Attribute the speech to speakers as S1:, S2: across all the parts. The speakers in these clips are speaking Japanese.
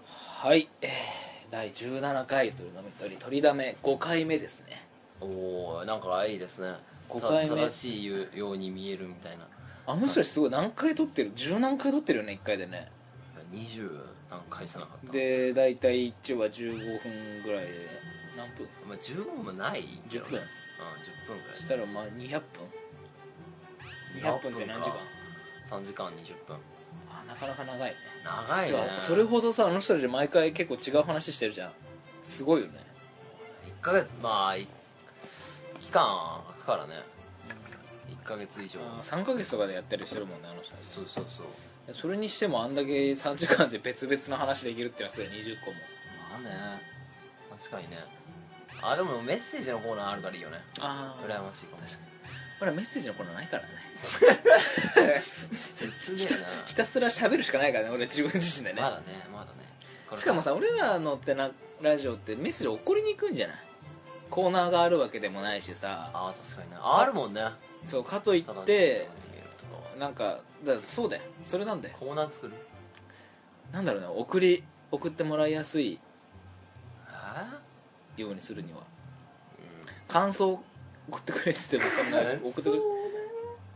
S1: はい、えー第17回というのみとり取りだめ5回目ですね
S2: おおなんかいいですね
S1: 五
S2: た
S1: 回目
S2: 正しいように見えるみたいな
S1: あむしろすごい何回撮ってる十何回撮ってるよね1回でね
S2: 20何回じゃなかった
S1: で大体1話15分ぐらいで何分
S2: まあ、15分もないけど
S1: 10分
S2: うん10分ぐらい
S1: したらまあ200分200分って何時間
S2: 3時間20分
S1: あなかなか長いね
S2: 長い
S1: て
S2: ね
S1: かそれほどさあの人たち毎回結構違う話してるじゃんすごいよね
S2: 1ヶ月まあい期間空くからね1ヶ月以上
S1: 3ヶ月とかでやったりしてるもんねあの人たち
S2: そうそうそう
S1: それにしてもあんだけ3時間で別々の話できるってのはすごい20個も
S2: まあね確かにねあでもメッセージのコーナーあるからいいよね
S1: あ
S2: 羨ましいかも確か
S1: ほらメッセージのコーナーないからね
S2: に
S1: ひ
S2: 切ね
S1: た ひたすら喋るしかないからね俺自分自身で
S2: え
S1: ね、
S2: なまだねまだねこれ
S1: しかもさ俺らのってなラジオってメッセージ送りに行くんじゃないコーナーがあるわけでもないしさ
S2: ああ確かにねああるもんね
S1: そうかとい
S2: ただ
S1: って
S2: 自由に見えるとかは
S1: なんかだそうだよそれなんだよ
S2: コーナー作る
S1: なんだろうね送り送ってもらいやすい
S2: えー
S1: ようにするには
S2: うん
S1: 感想送ってくれって言ってもそん な送ってくれ
S2: そう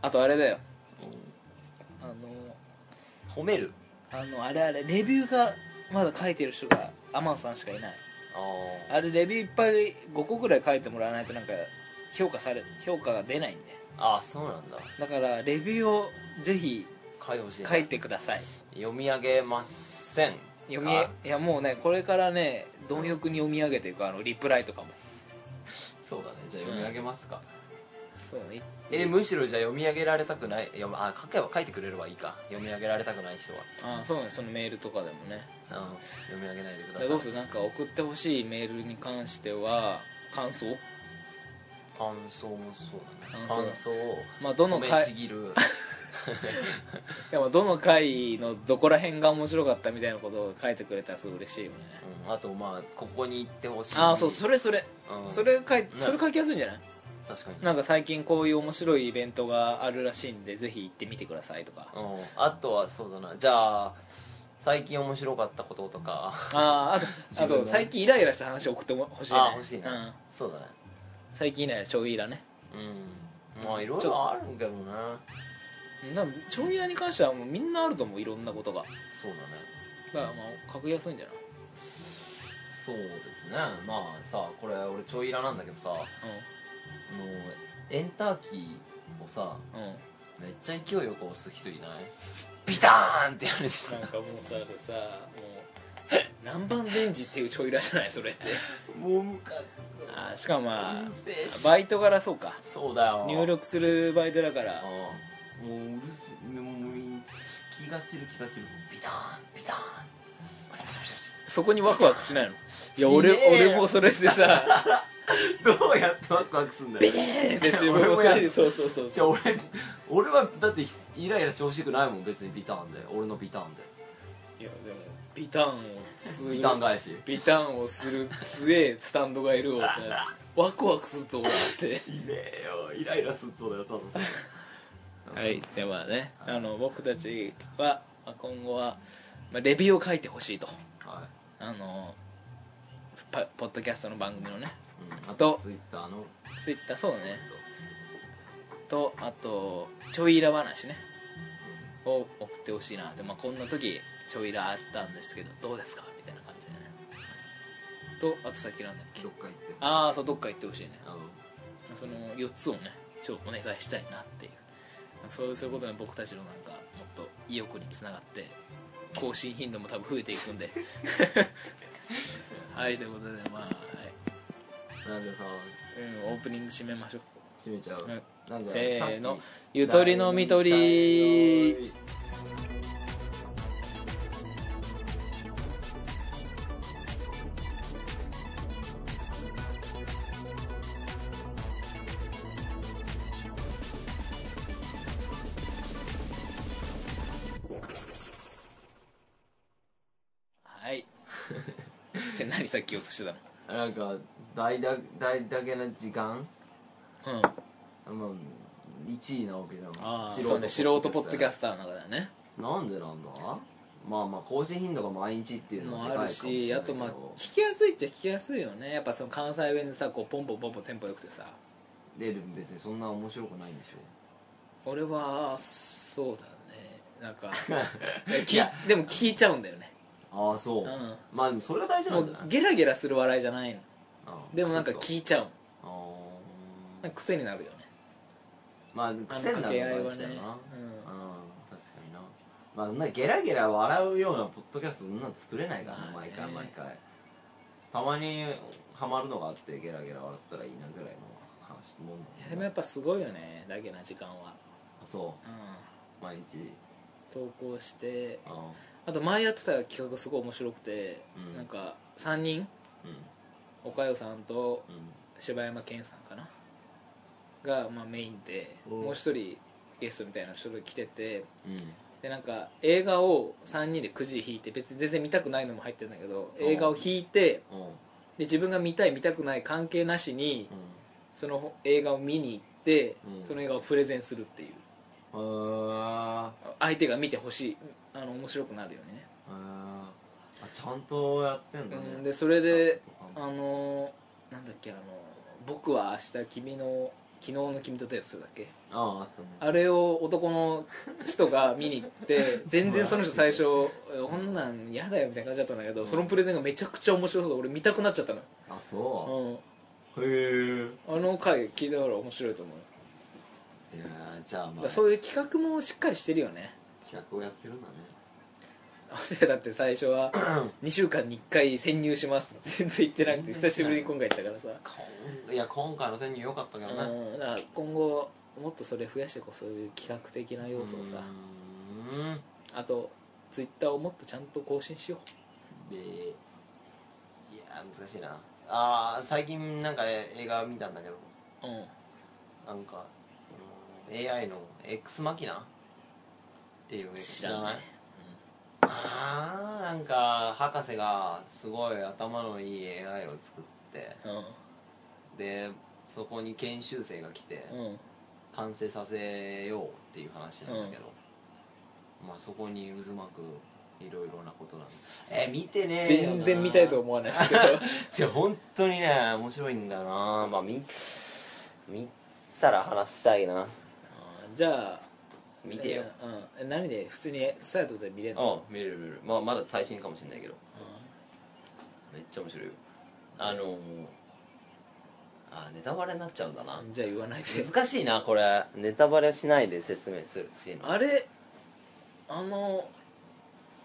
S1: あとあれだよ
S2: うん
S1: あの
S2: 褒める
S1: あのあれあれレビューがまだ書いてる人がアマンさんしかいない
S2: あ
S1: あれレビューいっぱい5個ぐらい書いてもらわないとなんか評価され評価が出ないんで
S2: ああそうなんだ
S1: だからレビューをぜひ
S2: 書いてほしいな
S1: 書いてください
S2: 読み上げませんか
S1: 読みいやもうねこれからね貪欲に読み上げていくあのリプライとかも
S2: そうだねじゃあ読み上げますか、
S1: そうね
S2: えむしろじゃあ読み上げられたくない読むあ書けば書いてくれればいいか読み上げられたくない人は、
S1: あそうねそのメールとかでもね
S2: うん、読み上げないでく
S1: だか
S2: ださ
S1: ら
S2: い
S1: どうするなんか送ってほしいメールに関しては感想
S2: 感想もそうだね
S1: 感想
S2: 感想を
S1: まあどの
S2: 褒
S1: 回
S2: めち ぎる
S1: いやまあどの回のどこら辺が面白かったみたいなことを書いてくれたらすごい嬉しいよね
S2: うん、あとまあここに行ってほしい
S1: ああそうそれそれ、
S2: うん
S1: それ書い
S2: ね
S1: それ書きやすいんじゃない
S2: 確かに
S1: なんか最近こういう面白いイベントがあるらしいんでぜひ行ってみてくださいとか
S2: うん、あとはそうだなじゃあ最近面白かったこととか
S1: あああと
S2: 自
S1: あ
S2: 分の
S1: と最近イライラした話を送ってほしいね
S2: あ欲しいね、
S1: うん
S2: そうだね
S1: 最近イライラ超イラね
S2: うんまあいろいろあるけどね
S1: 多分超イラに関してはもうみんなあると思ういろんなことが
S2: そうだね
S1: だからまあ書きやすいんじゃない
S2: そうですねまあさこれ俺ちょいイラなんだけどさもうエンターキーをさ
S1: うんうん
S2: めっちゃ勢いよく押す人いないビターンってやる人
S1: なんかもうさあれさもう南蛮禅師っていうちょいらじゃないそれって
S2: もうムカつく
S1: あーしかもまあ
S2: うるせえし
S1: バイト柄そうか
S2: そうだよ
S1: 入力するバイトだから
S2: うんもううるせえもうもう気が散る気が散るビターンビターンバシャバシャバシャバシ
S1: そこにワクワクしないのいや
S2: し
S1: 俺
S2: ねえよ
S1: 俺もそれでさ
S2: ャどうやってワクワクすんだ
S1: ビ
S2: よ
S1: リ ーンって自分もそれ
S2: 俺もや
S1: で
S2: る
S1: そうそうそう
S2: じゃあ
S1: そう
S2: 俺俺はだってイライラ調子くないもん別にビターンで俺のビターンで
S1: いやでもビターンをする
S2: ビターン返し
S1: ビターンをする強えスタンドがいるわってワクワクすると俺だって
S2: 死ねえよイライラすっそうだよ多分
S1: はいではねあの僕たちはまあ今後はまあレビューを書いてほしいと
S2: はい
S1: あのパポッドキャストの番組のね
S2: うん、あ
S1: と
S2: とツイッターの
S1: ツイッターそうだねとあとちょいイラ話ねを送ってほしいなって、まあ、こんな時ちょいらあったんですけどどうですかみたいな感じでねとあとさっきなんだっけ
S2: どっか行って
S1: ああそうどっか行ってほしいね
S2: あの
S1: その4つをねちょっとお願いしたいなっていうそうそういうことで僕たちのなんかもっと意欲につながって更新頻度も多分増えていくんで はいということでまあ、はい
S2: なんでさ
S1: うん、オープニング締めましょう
S2: 閉めちゃう、
S1: うん
S2: なんで
S1: せーの
S2: さっき
S1: ゆとりのみとりはい。 って何さっき言おうとしてたの
S2: なんか大だ大だけな時間
S1: うん。
S2: まあ1位なわけじゃん
S1: ああ、そうね。素人ポッドキャスターの中だよね。
S2: なんでなんだまあまあ更新頻度が毎日っていうの
S1: も
S2: は
S1: あるしあとまあ聞きやすいっちゃ聞きやすいよねやっぱその関西弁でさこうポンポンポンポンテンポよくてさ
S2: で別にそんな面白くないんでしょ
S1: 俺はそうだねなん か
S2: い
S1: き
S2: や
S1: でも聞いちゃうんだよね
S2: ああそう、
S1: うん
S2: まあでもそれが大事
S1: も
S2: なんじゃな
S1: う
S2: い
S1: ゲラゲラする笑いじゃないの
S2: うん
S1: でもなんか
S2: そう
S1: 聞いちゃう
S2: あ
S1: なん
S2: ー
S1: か癖になるよね
S2: まあ癖になるのが大事だよな、
S1: あの掛け合いはね
S2: うん確かになまあそんなゲラゲラ笑うようなポッドキャストそんなの作れないからな
S1: まあ
S2: 毎
S1: ね
S2: 回毎回たまにハマるのがあってゲラゲラ笑ったらいいなぐらいの話と思うんだ
S1: い
S2: け
S1: や
S2: ど
S1: でもやっぱすごいよねだけな時間は
S2: あそ
S1: うん
S2: う毎日
S1: 投稿して
S2: あ
S1: あと前やってた企画すごい面白くて、
S2: うん
S1: なんか3人
S2: うん
S1: 岡代さんと
S2: うん
S1: 柴山健さんかなが、まあ、メインで
S2: うん
S1: もう一人ゲストみたいな人が来てて
S2: うん
S1: でなんか映画を3人でくじ引いて別に全然見たくないのも入ってるんだけど
S2: うん
S1: 映画を引いて
S2: うんうん
S1: で自分が見たい見たくない関係なしにその映画を見に行って
S2: うん
S1: その映画をプレゼンするっていう
S2: あ
S1: 相手が見てほしいあの面白くなるようにね、
S2: ーあーあちゃんとやってんだね
S1: うん、でそれで
S2: あ
S1: あのなんだっけあの僕は明日君の昨日の君とデートするだっけ
S2: ああったね
S1: あれを男の人が見に行 って全然その人最初「えこんなん嫌だよ」みたいな感じだったんだけど、
S2: うん
S1: そのプレゼンがめちゃくちゃ面白そうで俺見たくなっちゃったのよ、
S2: あそ
S1: うん
S2: う、へえ
S1: あの回聞いたから面白いと思う、
S2: いやーじゃあ
S1: だ
S2: ま
S1: から
S2: あ
S1: そういう企画もしっかりしてるよね
S2: 企画をやってるんだね
S1: 俺らだって最初は2週間に1回潜入しますって全然言ってなくて久しぶりに今回行ったからさ
S2: こんいや今回の潜入良かったけどね
S1: うんだから今後もっとそれ増やしてこうそういう企画的な要素をさ
S2: うーん
S1: あとツイッターをもっとちゃんと更新しよ
S2: でいやー難しいなあー最近なんかえ映画見たんだけど
S1: ううん
S2: なんかうーん AI の X マキナっていう映画知らないあーなんか博士がすごい頭のいい AI を作って
S1: う
S2: でそこに研修生が来て、
S1: んうん
S2: 完成させようっていう話なんだけど、まあそこに渦巻くいろいろなことなんでえ見てねえよな
S1: 全然見たいと思 わないけ ど
S2: 違う本当にね面白いんだよなまあ見見たら話したいな
S1: じゃあ
S2: 見てよ、
S1: えうん、何で普通にスタイトで見れるの
S2: あ見れる見れるまあまだ最新かもしれないけどめっちゃ面白いよあのーあネタバレになっちゃうんだな
S1: うんじゃあ言わないで
S2: 難しいなこれネタバレしないで説明するっていうの
S1: あれあの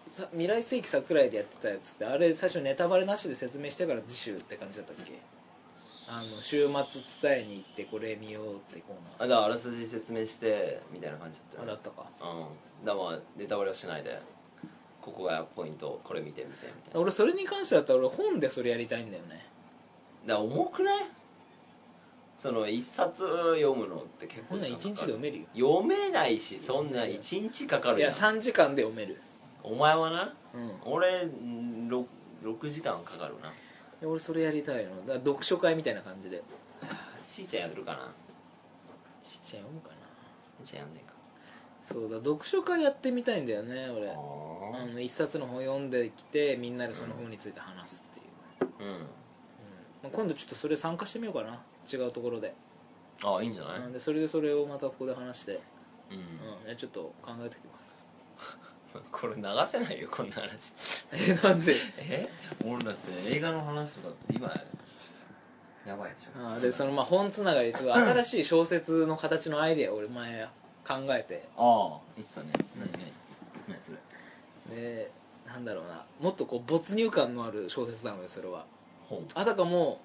S1: さ未来世紀桜井でやってたやつってあれ最初ネタバレなしで説明してから次週って感じだったっけあの週末伝えに行ってこれ見ようってコー
S2: あだからあらすじ説明してみたいな感じだった
S1: ナーあ
S2: よね
S1: だったか
S2: うんだからまあネタバレはしないでここがポイントこれ見てみてみたいなだか
S1: 俺それに関してだったら俺本でそれやりたいんだよね
S2: ら重くないその一冊読むのって結
S1: こ
S2: 構
S1: んなん一
S2: 時間
S1: 日
S2: かか
S1: で
S2: る
S1: 読めるよ
S2: 読めないしそん
S1: 読めな
S2: な
S1: い
S2: 一日かか
S1: い
S2: るじゃ
S1: や
S2: ん
S1: 3時間で読める
S2: お前はな
S1: うん
S2: 俺んろ 6, 時間かかるな
S1: で俺それやりたいのだから読書会みたいな感じで
S2: しーちゃんやるかな
S1: しーちゃん読むかな
S2: しーちゃんやんねえか
S1: そうだ読書会やってみたいんだよね俺
S2: あ
S1: あの一冊の本読んできてみんなでその本について話すっていう、
S2: ーうん
S1: うんまあ今度ちょっとそれ参加してみようかな違うところで,、
S2: ああいいんじゃない
S1: うん、でそれでそれをまたここで話して、
S2: うん、
S1: うんいやちょっと考えておきます
S2: これ流せないよこんな話
S1: えなん で
S2: え俺だって映画の話とかって今やばいでし
S1: あでそのまあ本つながりでちょっと新しい小説の形のアイデアを俺前考えて
S2: ああ言ってたね
S1: 何
S2: 何何それ
S1: でなんだろうなもっとこう没入感のある小説なのよそれは
S2: 本
S1: あたかも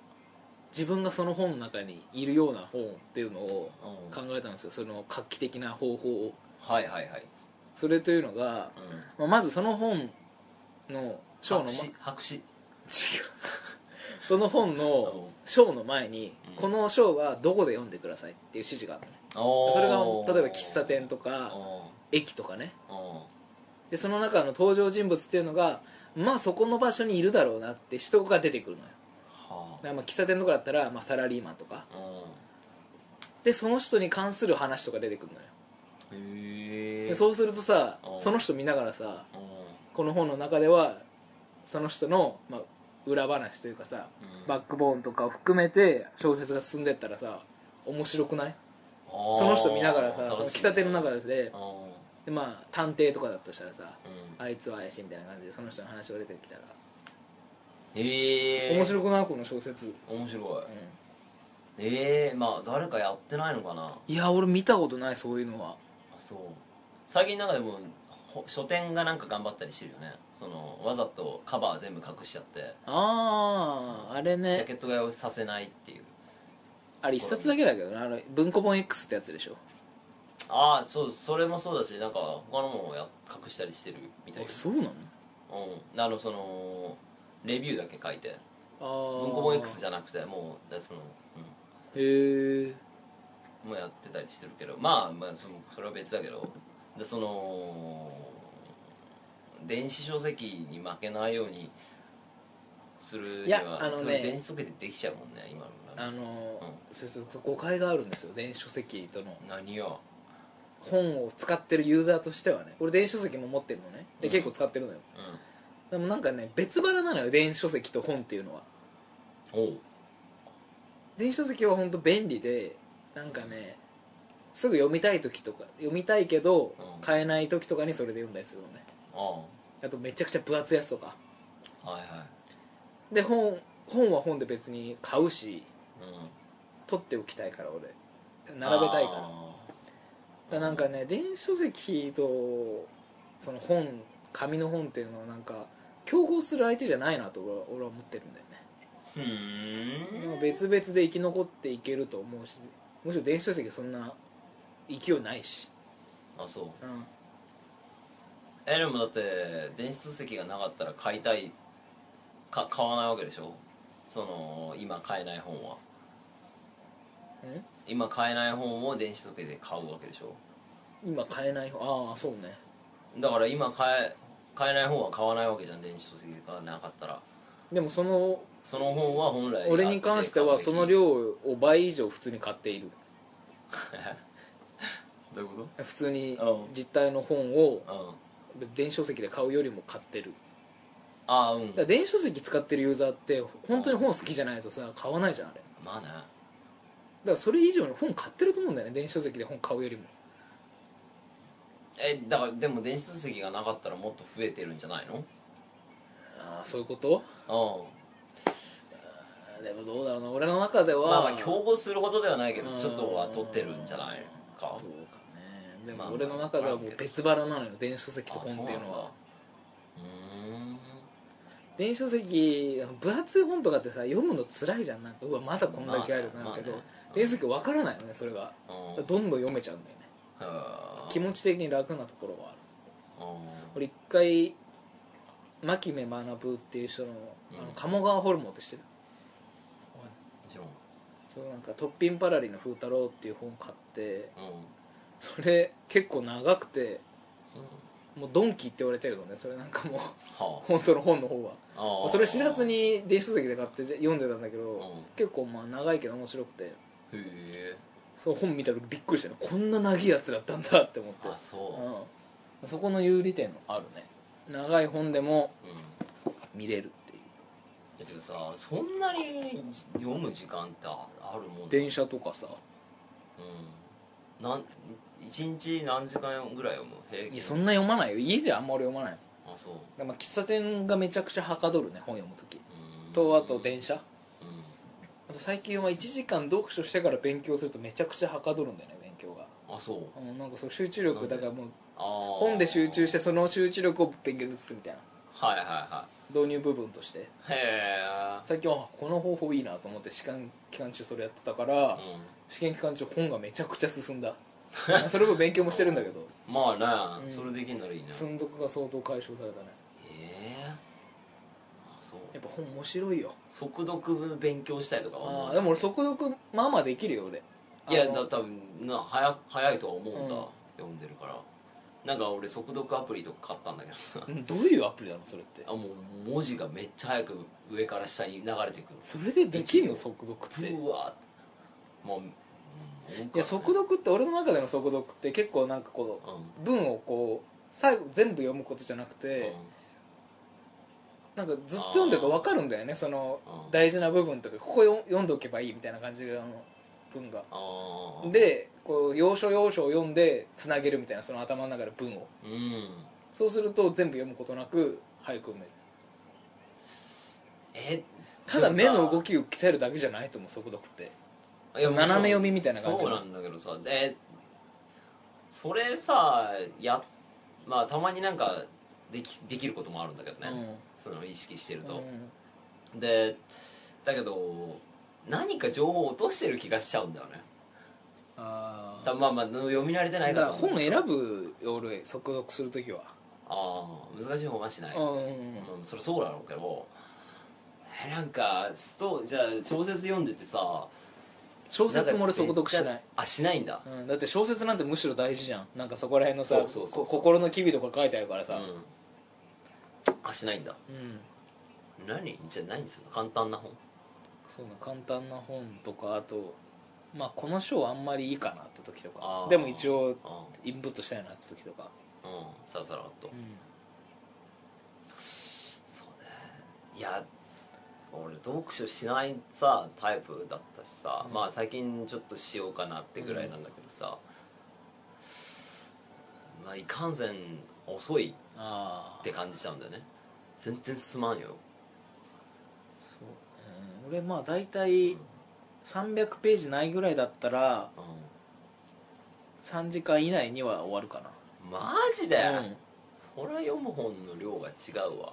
S1: 自分がその本の中にいるような本っていうのを
S2: うん
S1: 考えたんですよその画期的な方法を
S2: はいはいはい、
S1: それというのが、
S2: うん、
S1: まあまずその本の章のま
S2: 白紙白紙
S1: 違う その本の章の前に、
S2: うん
S1: この章はどこで読んでくださいっていう指示があったのね
S2: おー
S1: それが例えば喫茶店と
S2: お
S1: か
S2: ー
S1: 駅とかね
S2: お
S1: でその中の登場人物っていうのがまあそこの場所にいるだろうなって人が出てくるのよ
S2: ーは
S1: だからまあ喫茶店とかだったら、まあ、サラリーマンとか
S2: あ
S1: でその人に関する話とか出てくるのよ
S2: うんへえ
S1: でそうするとさ
S2: うん
S1: その人見ながらさ
S2: うん
S1: この本の中ではその人の、まあ、裏話というかさ、
S2: うん
S1: バックボーンとかを含めて小説が進んでったらさ面白くないそ
S2: そ
S1: の人見ながらさその喫茶店の中で
S2: あー
S1: で、まあ、探偵とかだとしたらさ
S2: うん
S1: あいつは怪しいみたいな感じでその人の話が出てきたら、
S2: ええ
S1: 面白くないこの小説、
S2: 面白い
S1: うん
S2: ええまあ誰かやってないのかない
S1: や俺見たことないそういうのは
S2: あそう最近なんかでもほ書店がなんか頑張ったりしてるよねそのわざとカバー全部隠しちゃって
S1: あああれ
S2: ジャ
S1: ね
S2: ケット買いをさせないっていう
S1: あれ一冊だけだけどなあれ文庫本 X ってやつでしょ
S2: ああそうそれもそうだしなんか他のもんをや隠したりしてるみたい
S1: あ
S2: よ
S1: そうなの
S2: うんあのそのレビューだけ書いて
S1: ああ
S2: 文庫本 X じ
S1: ゃ
S2: ゃなくてもうだその、
S1: へえ
S2: うん、もうやってたりしてるけどまあまあそのそれは別だけどでその電子書籍に負けないようにするにはい
S1: やあのね
S2: それ電子書籍でできちゃうもんね今の
S1: あのー
S2: うん
S1: そうそうそう誤解があるんですよ電子書籍との
S2: 何よ
S1: 本を使ってるユーザーとしてはね俺電子書籍も持ってるのねで
S2: うん
S1: 結構使ってるのよ、
S2: うん
S1: でもなんかね別腹なのよ電子書籍と本っていうのは
S2: おう
S1: 電子書籍は本当便利でなんかねすぐ読みたい時とか読みたいけど
S2: うん
S1: 買えない時とかにそれで読んだりするのね
S2: あ
S1: あとめちゃくちゃ分厚いやつとか
S2: あはいは
S1: で本本は本で別に買うし
S2: い、うん、
S1: 取っておきたいから俺並べたいから
S2: あ
S1: だからなんかね電子書籍とその本紙の本っていうのはなんか競合する相手じゃないなと俺は俺は思ってるんだよ
S2: ーふー
S1: ねなん
S2: ん
S1: か別々で生き残っていけると思うしむしろ電子書籍はそんな勢いないし、
S2: あそう
S1: うん、
S2: えでもだって電子書籍がなかったら買いたいか買わないわけでしょその今買えない本は
S1: うん
S2: 今買えない本を電子書籍で買うわけでしょ
S1: 今買えない本ああそうね
S2: だから今買え買えない本は買わないわけじゃん電子書籍がなかったら
S1: でもその
S2: その本は本来
S1: 俺に関してはその量を倍以上普通に買っている
S2: どういうこ
S1: 普通に
S2: うん
S1: 実体の本を
S2: とうん
S1: 別に電子書籍で買うよりも買ってる
S2: ああうん
S1: だから電子書籍使ってるユーザーって本当に本好きじゃないとさ買わないじゃんあれだか
S2: まあね
S1: らそれ以上に本買ってると思うんだよね電子書籍で本買うよりも
S2: えだからでも電子書籍がなかったらもっと増えてるんじゃないの
S1: ああそういうこと
S2: うん
S1: でもどうだろうな俺の中では
S2: まあまあ競合するほどではないけ
S1: う
S2: ど
S1: ん
S2: ちょっとは取ってるんじゃないか
S1: どうかねで
S2: まあ
S1: も
S2: まあ
S1: 俺の中ではもう別腹なのよ電子書籍と本っていうのは
S2: あそうなんだ
S1: 電子書籍分厚い本とかってさ読むの辛いじゃんなんかうわまだこんだけあるってなるけど、
S2: まあねまあね
S1: 電子書籍分からないよねそれが
S2: う
S1: だ
S2: ーん
S1: からどんどん読めちゃうんだよね気持ち的に楽なところはある俺
S2: ち
S1: 一回牧目学っていう人のあ
S2: う
S1: の
S2: ん
S1: 鴨川ホルモンって知ってる、
S2: ろん
S1: そうなんか「トッピンパラリの風太郎」っていう本買って
S2: うんうん
S1: それ結構長くてもうドンキって言われてるのねそれなんかもう
S2: は
S1: 本当の本の方は
S2: ああー
S1: それ知らずに電子書籍で買って読んでたんだけ
S2: う
S1: ど
S2: んへ
S1: 結構まあ長いけど面白くて
S2: え
S1: その本見た時びっくりしたねこんな長いやつだったんだって思って
S2: あそ
S1: うん、そこの有利点あるね長い本でも
S2: ううん
S1: 見れるっていう
S2: だけどさそんなに読む時間ってああるもん
S1: 電車とかさ
S2: うんなん一日何時間ぐらい読む平
S1: い
S2: 均
S1: やそんな読まないよ家であんま俺読まないだか
S2: あそうう
S1: らまあ喫茶店がめちゃくちゃはかどるね本読む時
S2: ーん
S1: とあと電車
S2: うん
S1: あと最近は1時間読書してから勉強するとめちゃくちゃはかどるんだよね勉強が、
S2: あそう
S1: うん、なんかそう集中力だからもう
S2: あー
S1: 本で集中してその集中力を勉強に移すみたいな
S2: はいはいは
S1: 導入部分として
S2: いへ
S1: 最近はあこの方法いいなと思って試験期間中それやってたから、
S2: え、うん
S1: 試験期間中本がめちゃくちゃ進 んだそれも勉強もしてるんだけど
S2: まあね、
S1: うん
S2: それできんならいいね
S1: 寸読が相当解消されたね
S2: ええあそう
S1: やっぱ本面白いよ
S2: 速読勉強したいとかは
S1: あ
S2: 思
S1: あ
S2: う
S1: でも俺速読まあまあできるよ俺
S2: いや
S1: あの
S2: だ多分な早早いとは思うんだ、
S1: うん
S2: 読んでるからなんか俺速読アプリとか買ったんだけどさ
S1: うんどういうアプリなのそれって
S2: あもう文字がめっちゃ早く上から下に流れてくる
S1: それでできんの速読っていう
S2: わーもう、うん、
S1: や速読って俺の中での速読って結構なんかこ
S2: うん、うん
S1: う文をこう最後全部読むことじゃなくて、なんかずっと読んでると分かるんだよねその
S2: うん
S1: 大事な部分とかここよ読んでおけばいいみたいな感じの文が
S2: あー
S1: でこう要所要所を読んでつなげるみたいなその頭の中で文を
S2: うん
S1: そうすると全部読むことなく早く埋める
S2: え
S1: ただ目の動
S2: き
S1: きを鍛えるだけじゃないと思う速読って斜め読みみたいな感じ
S2: そうなんだけどさでそれさやまあたまになんかできできることもあるんだけどね、
S1: うん
S2: その意識して
S1: う
S2: ると、
S1: ん
S2: でだけど何か情報を落としてる気がしちゃうんだよね
S1: あ
S2: た
S1: あ
S2: まあまあ読み慣れてない
S1: だ
S2: か
S1: からら本選ぶよ俺速読するときは
S2: ああ難しい本はしない、
S1: うんうん
S2: うんそれそうだろうけどえなんかストじゃあ小説読んでてさ
S1: 小説も俺速読し
S2: んか
S1: な
S2: めっ
S1: い
S2: ちゃあしないんだ
S1: うん、だって小説なんてむしろ大事じゃんなんかそこら辺のさ
S2: そうそうそうそう
S1: こ心の機微とか書いてあるからさ、
S2: うんあしないんだ
S1: うん
S2: 何じゃあ何にするの簡単な本
S1: そうね簡単な本とかあとまあこの章あんまりいいかなって時とか
S2: あー
S1: でも一応
S2: あ
S1: インプットしたいなって時とか、
S2: ーうんさらさらっと、
S1: う
S2: そうねいや俺読書しないさタイプだったしさ、
S1: うん
S2: まあ最近ちょっとしようかなってぐらいなんだけどさ、まあいかんせん遅い
S1: ん、あ
S2: っ
S1: あ
S2: て感じちゃうんだよね全然進まんよ
S1: そう、うん、俺まあ大体300ページないぐらいだったら
S2: うん
S1: 3時間以内には終わるかな
S2: マジで、
S1: うん
S2: そりゃ読む本の量が違うわ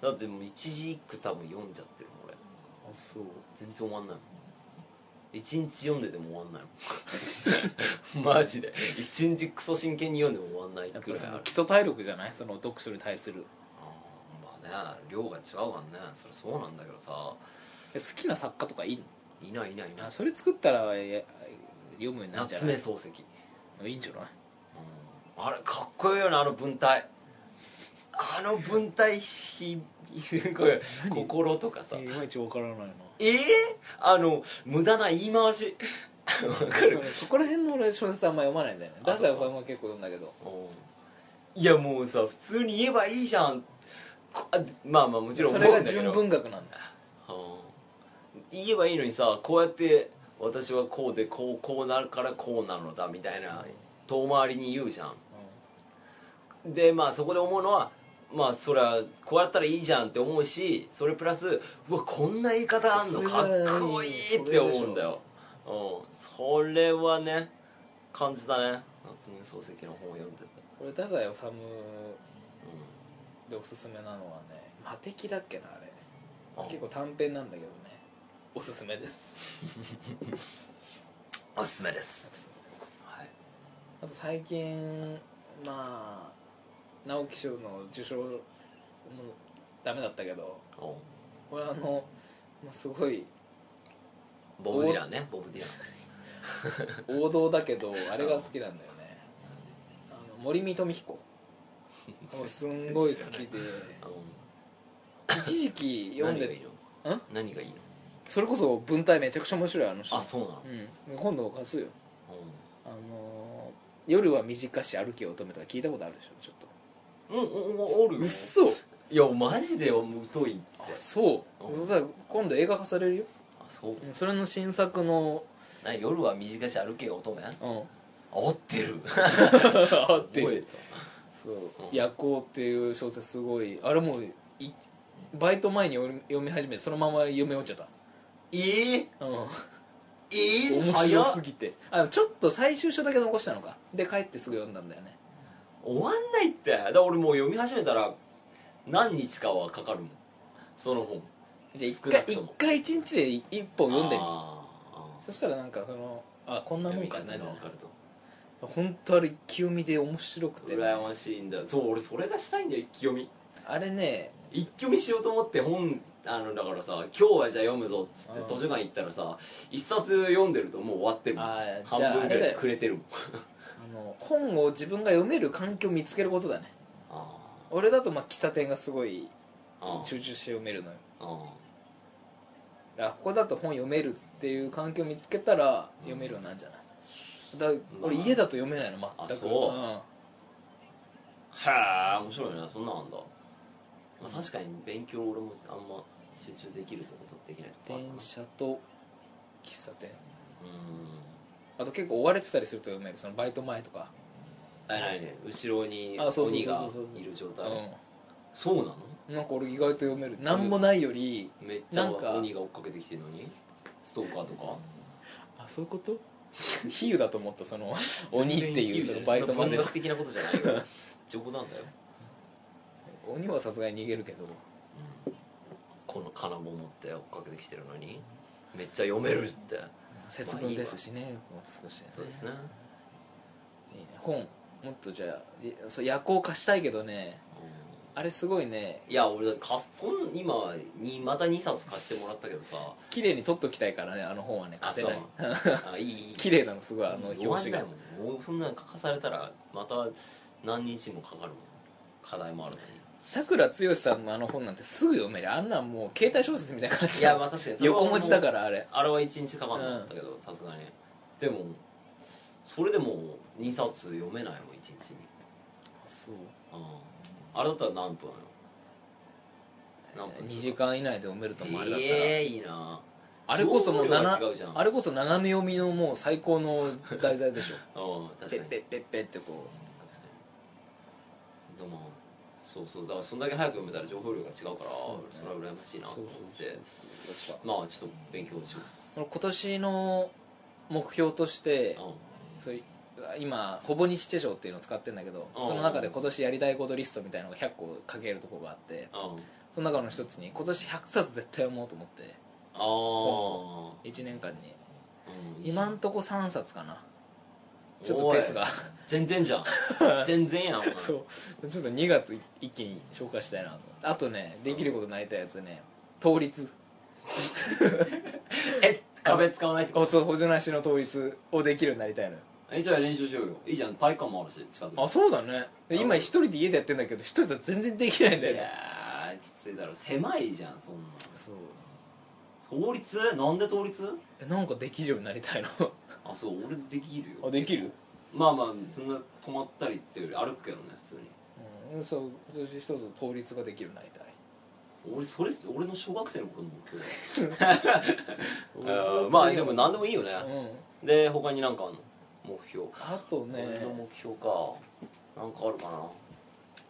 S2: だってもう一字一句多分読んじゃってるもん俺
S1: あそう
S2: 全然終わんないもん一日読んでても終わんないもん マジで一日クソ真剣に読んでも終わんない
S1: やっ
S2: く
S1: ぱ
S2: らい
S1: そ
S2: あ
S1: の
S2: る
S1: 基礎体力じゃないその読書に対する
S2: うんまあね量が違うからねそれそうなんだけどさ
S1: え好きな作家とかいいの
S2: いないいないいない
S1: あそれ作ったらえ読むようになるんじゃ
S2: 夏
S1: な
S2: 目
S1: い
S2: 漱石、うん
S1: いいんじゃない
S2: あれかっこいいよねあの文体あの文体ひ これ心とかさ
S1: えいまいちわからないな
S2: えー、あの無駄な言い回 しわかる
S1: そうそこら辺の俺小説あんま読まないんだよね
S2: あ
S1: ダサいお
S2: そう
S1: さんは結構読んだけど
S2: いやもうさ普通に言えばいいじゃんこあまあまあもちろん
S1: それ
S2: 思うん
S1: が
S2: だけど
S1: 純文学なんだ
S2: うん言えばいいのにさこうやって私はこうでこうこうなるからこうなのだみたいな遠回りに言うじゃんでまあそこで思うのはまあそれはこうやったらいいじゃんって思うしそれプラスうわこんな言い方あんの
S1: そう
S2: か
S1: それが
S2: っこいいって思うんだようんそれはね感じたね夏目漱石の本を読んでて、
S1: これ太宰治
S2: うん
S1: でおすすめなのはね「魔敵」だっけなあれ
S2: あ
S1: 結構短編なんだけどねおすすめです
S2: おすすめですはい
S1: あと最近まあ直木賞の受賞もダメだったけど
S2: お
S1: これあの、まあ、すごい
S2: ボブ・ディランねボブ・ディラン
S1: 王道だけどあれが好きなんだよねあの森見富彦すんごい好きで
S2: あの
S1: 一時期読ん
S2: 何がい
S1: で
S2: いの
S1: ん
S2: 何がいいの
S1: それこそ文体めちゃくちゃ面白いあの人
S2: あそうなの
S1: うん、今度貸すよ
S2: う
S1: あのー夜は短し歩け乙女とか聞いたことあるでしょちょっと
S2: んうんうんあるよ
S1: うっそ
S2: いやマジで疎いって
S1: あそう、
S2: うん
S1: だから今度映画化されるよ
S2: あそう
S1: うんそれの新作の
S2: な夜は短し歩けよ乙女あ
S1: うん
S2: 合ってる
S1: 合って る
S2: 覚えた
S1: そう
S2: うん
S1: 「夜行」っていう小説すごいあれもういバイト前に俺読み始めてそのまま読み終わっちゃっ
S2: えー、
S1: た、うん、
S2: えー、
S1: 面白
S2: 早
S1: す
S2: っ
S1: ぎてあでもちょっと最終章だけ残したのかで帰ってすぐ読んだんだよね
S2: 終わんないってだから俺もう読み始めたら何日かはかかるもんその本
S1: じゃあ一
S2: 少な
S1: 回
S2: くと
S1: 一
S2: も
S1: 回一日で一本読んでみ
S2: あー
S1: そしたらなんかそのあこんなもんかってな
S2: 読
S1: るじゃない
S2: み方が分かると
S1: 本当あれ一気読みで面白くてね、
S2: 羨ましいんだそう俺それがしたいんだよ一気読み
S1: あれね
S2: 一気読みしようと思って本あのだからさ今日はじゃあ読むぞっつって
S1: うん
S2: 図書館行ったらさ一冊読んでるともう終わってるもん
S1: あー
S2: 半
S1: じゃあ
S2: 分ぐ
S1: あれ
S2: ら
S1: だ
S2: い
S1: よ
S2: くれ てるもん
S1: あの本を自分が読める環境を見つけることだね
S2: あ
S1: 俺だとまあ喫茶店がすごい
S2: ーあー
S1: 集中して読めるのよ
S2: あ
S1: だからここだと本読めるっていう環境を見つけたら読めるようになるんじゃない、だ俺
S2: まあ
S1: 家だと読めないの全く
S2: あそうんーはあ面白いなそんなんあんだうまあ、確かに勉強俺もあんま集中できるとことできないとこあるか
S1: 電車と喫茶店
S2: な
S1: あと結構追われてたりすると読めるそのバイト前とか
S2: うーんあれね後ろに
S1: あそうそう
S2: 鬼
S1: そう
S2: が
S1: そうそう
S2: いる状態
S1: う
S2: そうなの
S1: んなんか俺意外と読めるなんもないより
S2: めっちゃ
S1: なんか
S2: 鬼が追っかけてきてるのにストーカーとか
S1: あそういうこと比喩だと思ったその鬼っていうそのバイトま
S2: まで
S1: で
S2: 文学的なことじゃないよ 冗談だよ、
S1: 鬼はさすがに逃げるけど
S2: うんこの金棒持って追っかけてきてるのにめっちゃ読めるって
S1: 節分ですしねもう少しね
S2: そうですね
S1: いいね本もっとじゃあいそう夜行貸したいけどね
S2: うん
S1: あれすごいね
S2: いや俺だってかそん今にまた2冊貸してもらったけどさ
S1: 綺麗に取っときたいからねあの本はね貸せない
S2: あそうあいいいい
S1: 綺麗なのすごいあの
S2: 終わん
S1: 表紙
S2: な
S1: が
S2: いもんもうそんなの書かされたらまた何日もかかるもん課題もある のに
S1: さくらつよしさんのあの本なんてすぐ読めるあんなんもう携帯小説みたいな感じ
S2: いやまあ確かにそれは
S1: 横持ちだからあれ
S2: あれは1日かかんなかったけどさすがにでもそれでも2冊読めないもん1日に
S1: そう
S2: うんあれだったら何分よ何分
S1: 2時間以内で読めるともあれだったら、
S2: ええいいな
S1: あれこそもう
S2: 情報量
S1: な
S2: が違うじゃん
S1: あれこそ斜め読みのもう最高の題材でしょ
S2: うん 確
S1: ペッ
S2: かに
S1: ペッペッペッってこ
S2: 確かにでもそうそうだからそんだけ早く読めたら情報量が違うから
S1: そ
S2: そう
S1: ね
S2: れは羨ましいなと思って
S1: うやっぱ
S2: まあちょっと勉強します
S1: 俺今年の目標として
S2: う
S1: そうい今ほぼ日手帳っていうのを使ってるんだけど
S2: うん
S1: その中で今年やりたいことリストみたいなのが100個書けるとこがあって
S2: んうん
S1: その中の一つに今年100冊絶対読もうと思って
S2: ああ
S1: 1年間に
S2: うん
S1: 今んとこ3冊かなちょっとペースが
S2: おい全然じ ゃん全然やんお前
S1: そうちょっと2月一気に消化したいなと思ってあとねできることになりたいやつね倒立
S2: え壁使わないってこ
S1: おそう補助なしの倒立をできるようになりたいのよ
S2: とえじゃあ練習しようよいいじゃん体育館もあるし近くに
S1: あそうだね今一人で家でやってんだけど一人だと全然できないんだよ
S2: い
S1: ね
S2: やーきついだろ狭いじゃんそんな
S1: そう
S2: 倒立なんで倒立
S1: えなんかできるようになりたいの
S2: あそう俺できるよ
S1: あできる
S2: まあまあそんな止まったりっていうより歩くけどね普通に
S1: うんそう今年一つ倒立ができるようになりたい
S2: 俺それ俺の小学生の頃の
S1: 俺ずっと
S2: 目標あーまあでも何でもいいよね、
S1: うん
S2: で他になんかあんの目標
S1: あとね
S2: 俺の目標かなんかあるか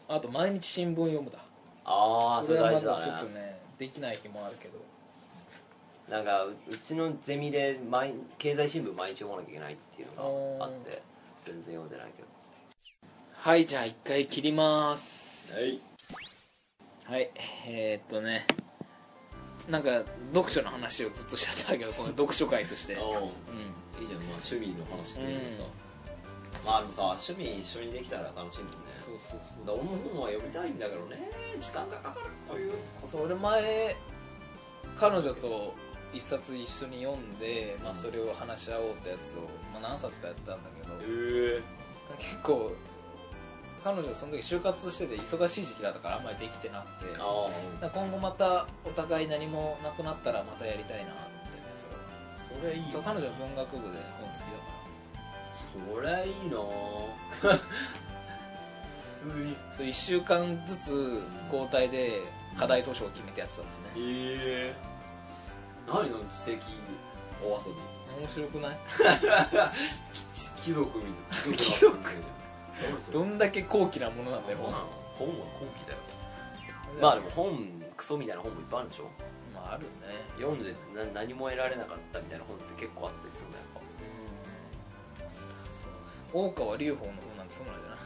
S2: な
S1: あと毎日新聞読むだ
S2: ああそ
S1: こ
S2: れ
S1: は
S2: 大
S1: ま
S2: 事だ
S1: ちょっと
S2: ね
S1: ねできない日もあるけど
S2: なんかううちのゼミで毎経済新聞毎日読まなきゃいけないっていうのがあって全然読んでないけど
S1: はいじゃあ一回切ります
S2: はい
S1: はいえー、っとねなんか読書の話をずっとしちゃったけどこの読書会と して
S2: お
S1: うん
S2: いいじゃんまあ趣味の話っていうのさ、まあでもさ趣味一緒にできたら楽しいもんね
S1: そうそうそう
S2: だから俺も本は読みたいんだけどね時間がかかるという
S1: そう俺前彼女と一冊一緒に読んで、まあ、それを話し合おうってやつを、まあ、何冊かやったんだけど
S2: え
S1: 結構彼女その時就活してて忙しい時期だったからあんまりできてなくて
S2: ああ
S1: だから今後またお互い何もなくなったらまたやりたいなと思ってねそれは
S2: それいい
S1: そう彼女は文学部で本好きだか
S2: それいい なぁ普通に
S1: らそう1週間ずつ交代で課題図書を決めてやってたもんね
S2: ええ何の知的お遊び
S1: 面白くない
S2: 貴貴族みたいな
S1: 貴族
S2: 何そ れ
S1: どんだけ高貴なものなんだよ
S2: 本
S1: 本
S2: は本は高貴だよまあでも本クソみたいな本もいっぱいあるでしょ
S1: まああるね
S2: 読んでな何も得られなかったみたいな本って結構あったりするんだよやっ
S1: 大川隆法の方なんてそうなんじゃない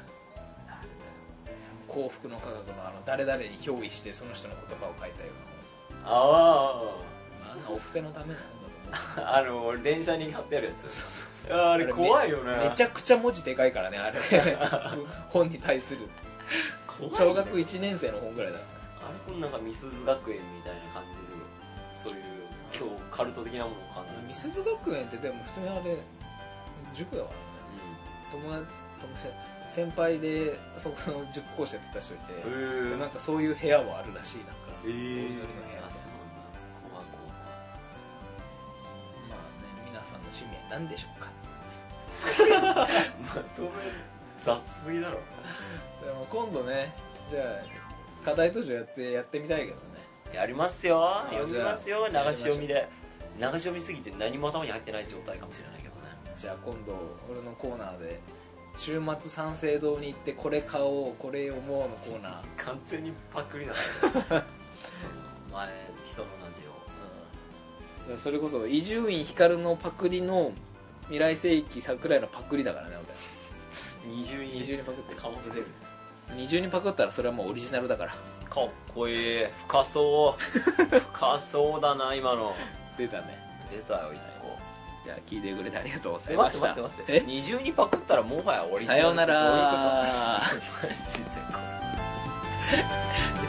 S1: 幸福の科学のあの誰々に憑依してその人の言葉を書いたよ
S2: ぱあ
S1: うな本あんなお布施のための本だと思う
S2: ああの電車に貼ってあるやつ
S1: そうそうそう
S2: いやあれ怖いよね
S1: めめちゃくちゃ文字でかいからね あれ本に対する
S2: 怖いんだよ
S1: 小学1年生の本ぐらいだ
S2: あれこんなんかみすゞ学園みたいな感じでそういう今日カルト的なものを感じる
S1: みすゞ学園ってでも普通にあれ塾だわ
S2: う
S1: 友達友達先輩でそこの塾講師やってた人いて、
S2: んへ
S1: で
S2: え
S1: なんかそういう部屋もあるらしいなんか、
S2: え
S1: お
S2: ー
S1: 祈りの部屋
S2: あそうなんだ怖い怖い
S1: まあね皆さんの趣味は何でしょうか
S2: まとめ雑すぎだろ
S1: でも今度ねじゃあ課題図書やってやってみたいけどね
S2: やりますよ
S1: あ
S2: 読みますよ流
S1: じゃあ
S2: し読みで流し読みすぎて何も頭に入ってない状態かもしれないけどね
S1: じゃあ今度俺のコーナーで週末三省堂に行ってこれ買おうこれ読もうのコーナー、
S2: 完全にパクリだね 前人の同じよ
S1: うん、それこそ伊集院光のパクリの未来世紀桜井のパクリだからね
S2: 二重に
S1: 二重にパクって
S2: かもせてる
S1: 俺二重にパクったらそれはもうオリジナルだから
S2: かっこいい深そう深そうだな今の
S1: 出たね
S2: 出たよ一個
S1: じゃあ聞いてくれてありがとうござ
S2: え
S1: いま
S2: 待っ
S1: してた
S2: 待って待って二重にパクったら もはやオリジナルって
S1: さ
S2: どういうこと
S1: ようなら
S2: マジでこれ